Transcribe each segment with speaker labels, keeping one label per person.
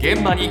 Speaker 1: 現場に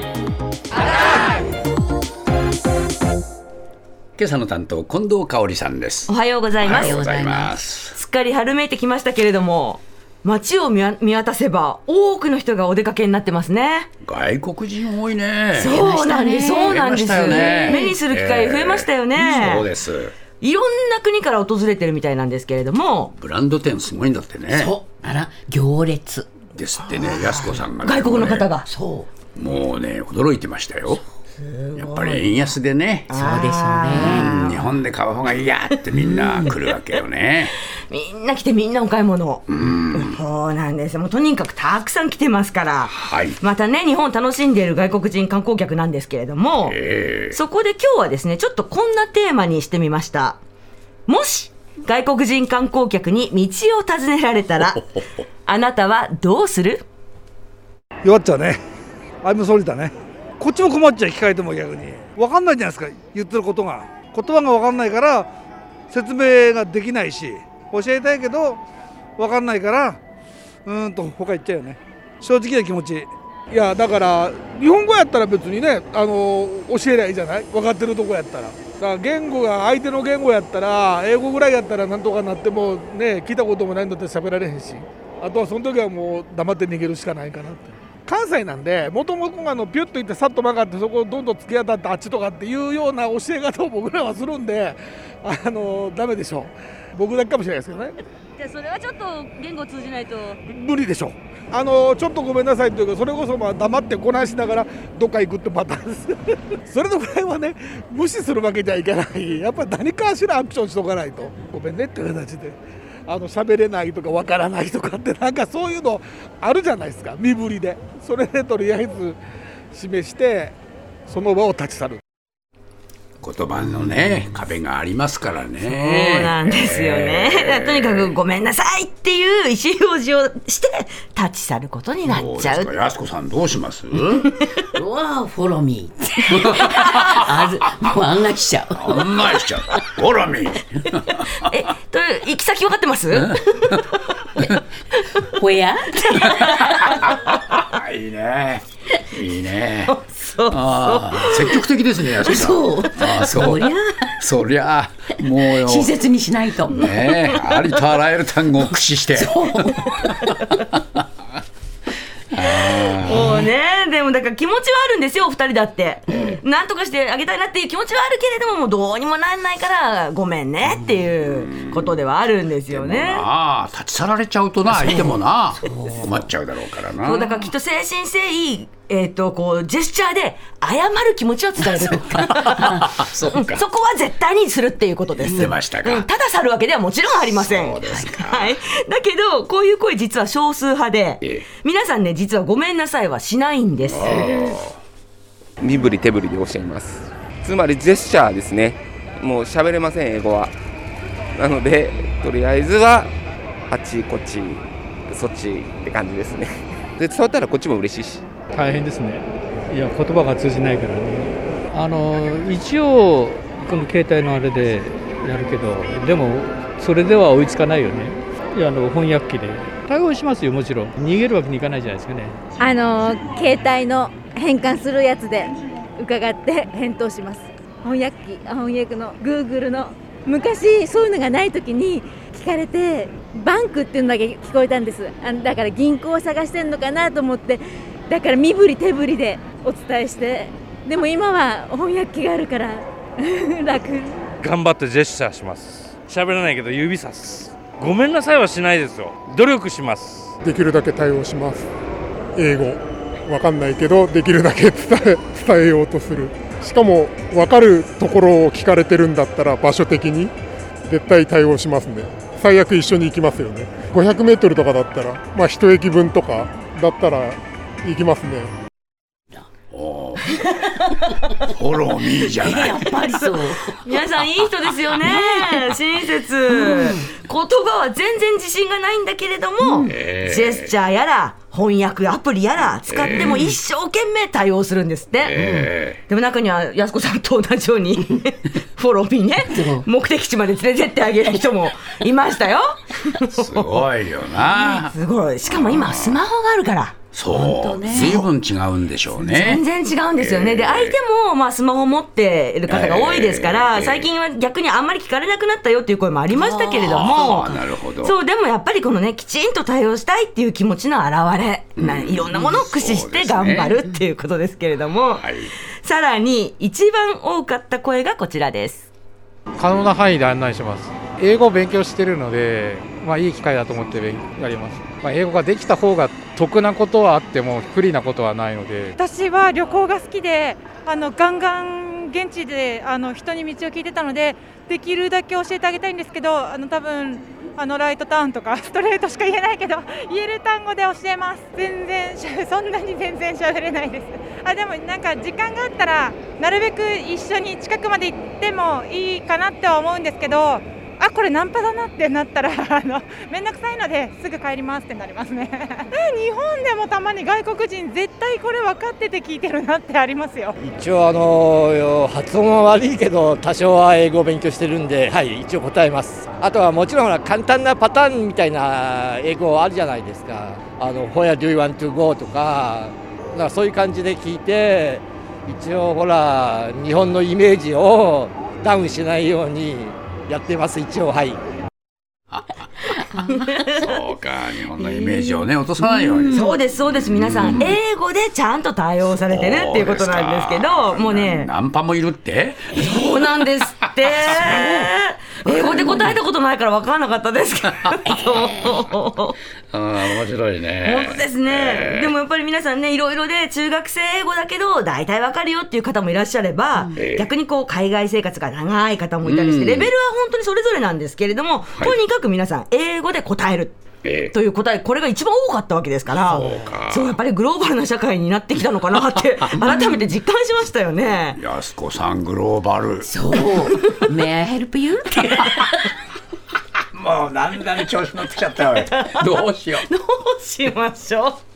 Speaker 2: 今朝の担当近藤香織さんです
Speaker 3: おはようございます。
Speaker 2: おはようございます
Speaker 3: すっかり春めいてきましたけれども、街を見わ見渡せば多くの人がお出かけになってますね。
Speaker 2: 外国人多いね
Speaker 3: そうなんです。そうなんです。
Speaker 2: 増えましたよね
Speaker 3: 目にする機会増えましたよね。
Speaker 2: そうです
Speaker 3: いろんな国から訪れてるみたいなんですけれども、
Speaker 2: ブランド店すごいんだってね
Speaker 4: そうあら行列
Speaker 2: ですってね安子さんがね、
Speaker 3: 外国の方が。
Speaker 4: そう
Speaker 2: もうね驚いてましたよやっぱり円安でね
Speaker 4: そうですよね
Speaker 2: うん日本で買う方がいいやってみんな来るわけよね
Speaker 3: みんな来てみんなお買い物。そうなんです。もうとにかくたくさん来てますから。
Speaker 2: はい
Speaker 3: またね、日本を楽しんでいる外国人観光客なんですけれども、
Speaker 2: ええ
Speaker 3: そこで今日はですね、ちょっとこんなテーマにしてみました。もし、外国人観光客に道を尋ねられ たら、あなたはどうする
Speaker 5: 弱っちゃうねアイムソリだねこっちも困っちゃう聞かれても逆に分かんないじゃないですか言ってることが言葉が分かんないから説明ができないし教えたいけど分かんないからうーんと他行っちゃうよね正直な気持ち
Speaker 6: いやだから日本語やったら別にねあの教えりゃいいじゃない分かってるとこやったらだから言語が相手の言語やったら英語ぐらいやったらなんとかなってもね聞いたこともないんだって喋られへんしあとはその時はもう黙って逃げるしかないかなって関西なんでもともとあのピュッと行ってさっと曲がってそこをどんどん突き当たってあっちとかっていうような教え方を僕らはするんであのダメでしょう僕だけかもしれないですけどね
Speaker 7: じゃあそれはちょっと言語通じないと
Speaker 6: 無理でしょあのちょっとごめんなさいというかそれこそまあ黙ってこなしながらどっか行くってパターンです それのぐらいはね無視するわけじゃいけないやっぱり何かしらアクションしとかないとごめんねっていう形であの喋れないとかわからないとかってなんかそういうのあるじゃないですか身振りでそれでとりあえず示してその場を立ち去る
Speaker 2: 言葉のね壁がありますからね
Speaker 3: そうなんですよね。だからとにかくごめんなさいっていう意思表示をして、立ち去ることにな
Speaker 2: どう
Speaker 3: っ
Speaker 2: で
Speaker 3: ちゃ
Speaker 2: す
Speaker 3: う
Speaker 2: か。安子さんどうします
Speaker 4: うわフォロミ ーあずもう案内しちゃう
Speaker 2: 案内しちゃうほらみ
Speaker 3: え、という、行き先分かってます
Speaker 4: ほや
Speaker 2: あいいねいいね
Speaker 3: そう。
Speaker 2: ああ積極的ですね安子さん
Speaker 4: そう
Speaker 2: ああそう
Speaker 4: そりゃ
Speaker 2: そりゃあもうよ
Speaker 4: 親切にしないと
Speaker 2: ねえありとあらゆる単語を駆使して
Speaker 3: もうね、でもだから気持ちはあるんですよ、お二人だって。なんとかしてあげたいなっていう気持ちはあるけれども、もうどうにもなんないから、ごめんねっていうことではあるんですよね。
Speaker 2: ああ立ち去られちゃうとな相手もな困っちゃうだろうからな
Speaker 3: そうだからきっと精神性いい、えー、とこうジェスチャーで謝る気持ちは 伝えるそ
Speaker 2: あそうか
Speaker 3: そこは絶対にするっていうことです
Speaker 2: 言ってましたか
Speaker 3: うんただ去るわけではもちろんありません
Speaker 2: そうですか
Speaker 3: はい、だけどこういう声実は少数派で、
Speaker 2: ええ
Speaker 3: 皆さんね実はごめんなさいはしないんです
Speaker 8: 身振り手振りで教えますつまりジェスチャーですねもう喋れません英語はなのでとりあえずはあっちこっちそっちって感じですねで伝わったらこっちも嬉しいし
Speaker 9: 大変ですねいや言葉が通じないからねあの一応この携帯のあれでやるけどでもそれでは追いつかないよねいやあの翻訳機で対応しますよもちろん逃げるわけにいかないじゃないですかね
Speaker 7: あの携帯の変換するやつで伺って返答します翻訳機あ翻訳の Google の昔そういうのがない時に聞かれてバンクっていうのだけ聞こえたんですあのだから銀行を探してんのかなと思ってだから身振り手振りでお伝えしてでも今は翻訳機があるから楽
Speaker 10: 頑張ってジェスチャーします喋らないけど指さすごめんなさいはしないですよ努力します
Speaker 6: できるだけ対応します英語わかんないけどできるだけ伝え 伝えようとするしかもわかるところを聞かれてるんだったら場所的に絶対対応しますね最悪一緒に行きますよね500メートルとかだったらまあ一駅分とかだったら行きますね
Speaker 2: おーフォローミーじゃない
Speaker 4: やっぱりそう
Speaker 3: 皆さんいい人ですよね親切、言葉は全然自信がないんだけれども、
Speaker 2: ええ
Speaker 3: ジェスチャーやら翻訳アプリやら使っても一生懸命対応するんですって、
Speaker 2: え
Speaker 3: でも中には安子さんと同じよ うにフォローミーね目的地まで連れてってあげる人もいましたよ
Speaker 2: えすごいよな
Speaker 3: すごいしかも今スマホがあるから
Speaker 4: 本
Speaker 2: そ
Speaker 4: 当
Speaker 2: う、
Speaker 4: ね
Speaker 2: 随分違うんでしょうね
Speaker 3: 全。然違うんですよ
Speaker 2: え
Speaker 3: ね、
Speaker 2: ー
Speaker 3: で相手も、まあ、スマホ持っている方が多いですから、
Speaker 2: えー
Speaker 3: 最近は逆にあんまり聞かれなくなったよっていう声もありましたけれども
Speaker 2: ああ、なるほど。
Speaker 3: そうでもやっぱりこのねきちんと対応したいっていう気持ちの表れ、ないろんなものを駆使
Speaker 2: そ
Speaker 3: し
Speaker 2: うで
Speaker 3: て
Speaker 2: すね
Speaker 3: 頑張るっていうことですけれども、
Speaker 2: はい。
Speaker 3: さらに一番多かった声がこちらです。
Speaker 6: 可能な範囲で案内します英語を勉強してるので、まあ、いい機会だと思って勉やります、まあ、英語ができた方が得なことはあっても不利なことはないので
Speaker 11: 私は旅行が好きであのガンガン現地であの人に道を聞いてたのでできるだけ教えてあげたいんですけどあの多分あのライトターンとか ストレートしか言えないけど言える単語で教えます全然しゃそんなに全然喋れないですあでもなんか時間があったらなるべく一緒に近くまで行ってもいいかなっては思うんですけどあこれナンパだなってなったらあの面倒くさいのですぐ帰りますってなりますね日本でもたまに外国人絶対これ分かってて聞いてるなってありますよ
Speaker 6: 一応あの発音は悪いけど多少は英語を勉強してるんで、はい、一応答えますあとはもちろんほら簡単なパターンみたいな英語あるじゃないですか「あの Where do you want to go?」とかなんかそういう感じで聞いて一応ほら日本のイメージをダウンしないようにやってます一応はい。
Speaker 2: そうか、日本のイメージをね、落とさないように。
Speaker 3: そうですそうです皆さん英語でちゃんと対応されてるっていうことなんですけどもうね
Speaker 2: ナンパもいるって
Speaker 3: そうなんですって 英語で答えたことないから分からなかったですけど そ
Speaker 2: あ
Speaker 3: う
Speaker 2: あ、面白いね。
Speaker 3: 本当ですね、でもやっぱり皆さんねいろいろで中学生英語だけど大体わかるよっていう方もいらっしゃれば、
Speaker 2: ええ
Speaker 3: 逆にこう海外生活が長い方もいたりして、
Speaker 2: うん
Speaker 3: レベルは本当にそれぞれなんですけれども、
Speaker 2: い
Speaker 3: とにかく皆さん英語で答える。
Speaker 2: え
Speaker 3: という答えこれが一番多かったわけですから
Speaker 2: そうか
Speaker 3: そうやっぱりグローバルな社会になってきたのかなって 改めて実感しましたよね
Speaker 2: え。。安子さんグローバル。
Speaker 4: そう May I help you?
Speaker 2: もうだんだん調子乗ってきちゃったよ。どうしよう。
Speaker 3: どうしましょう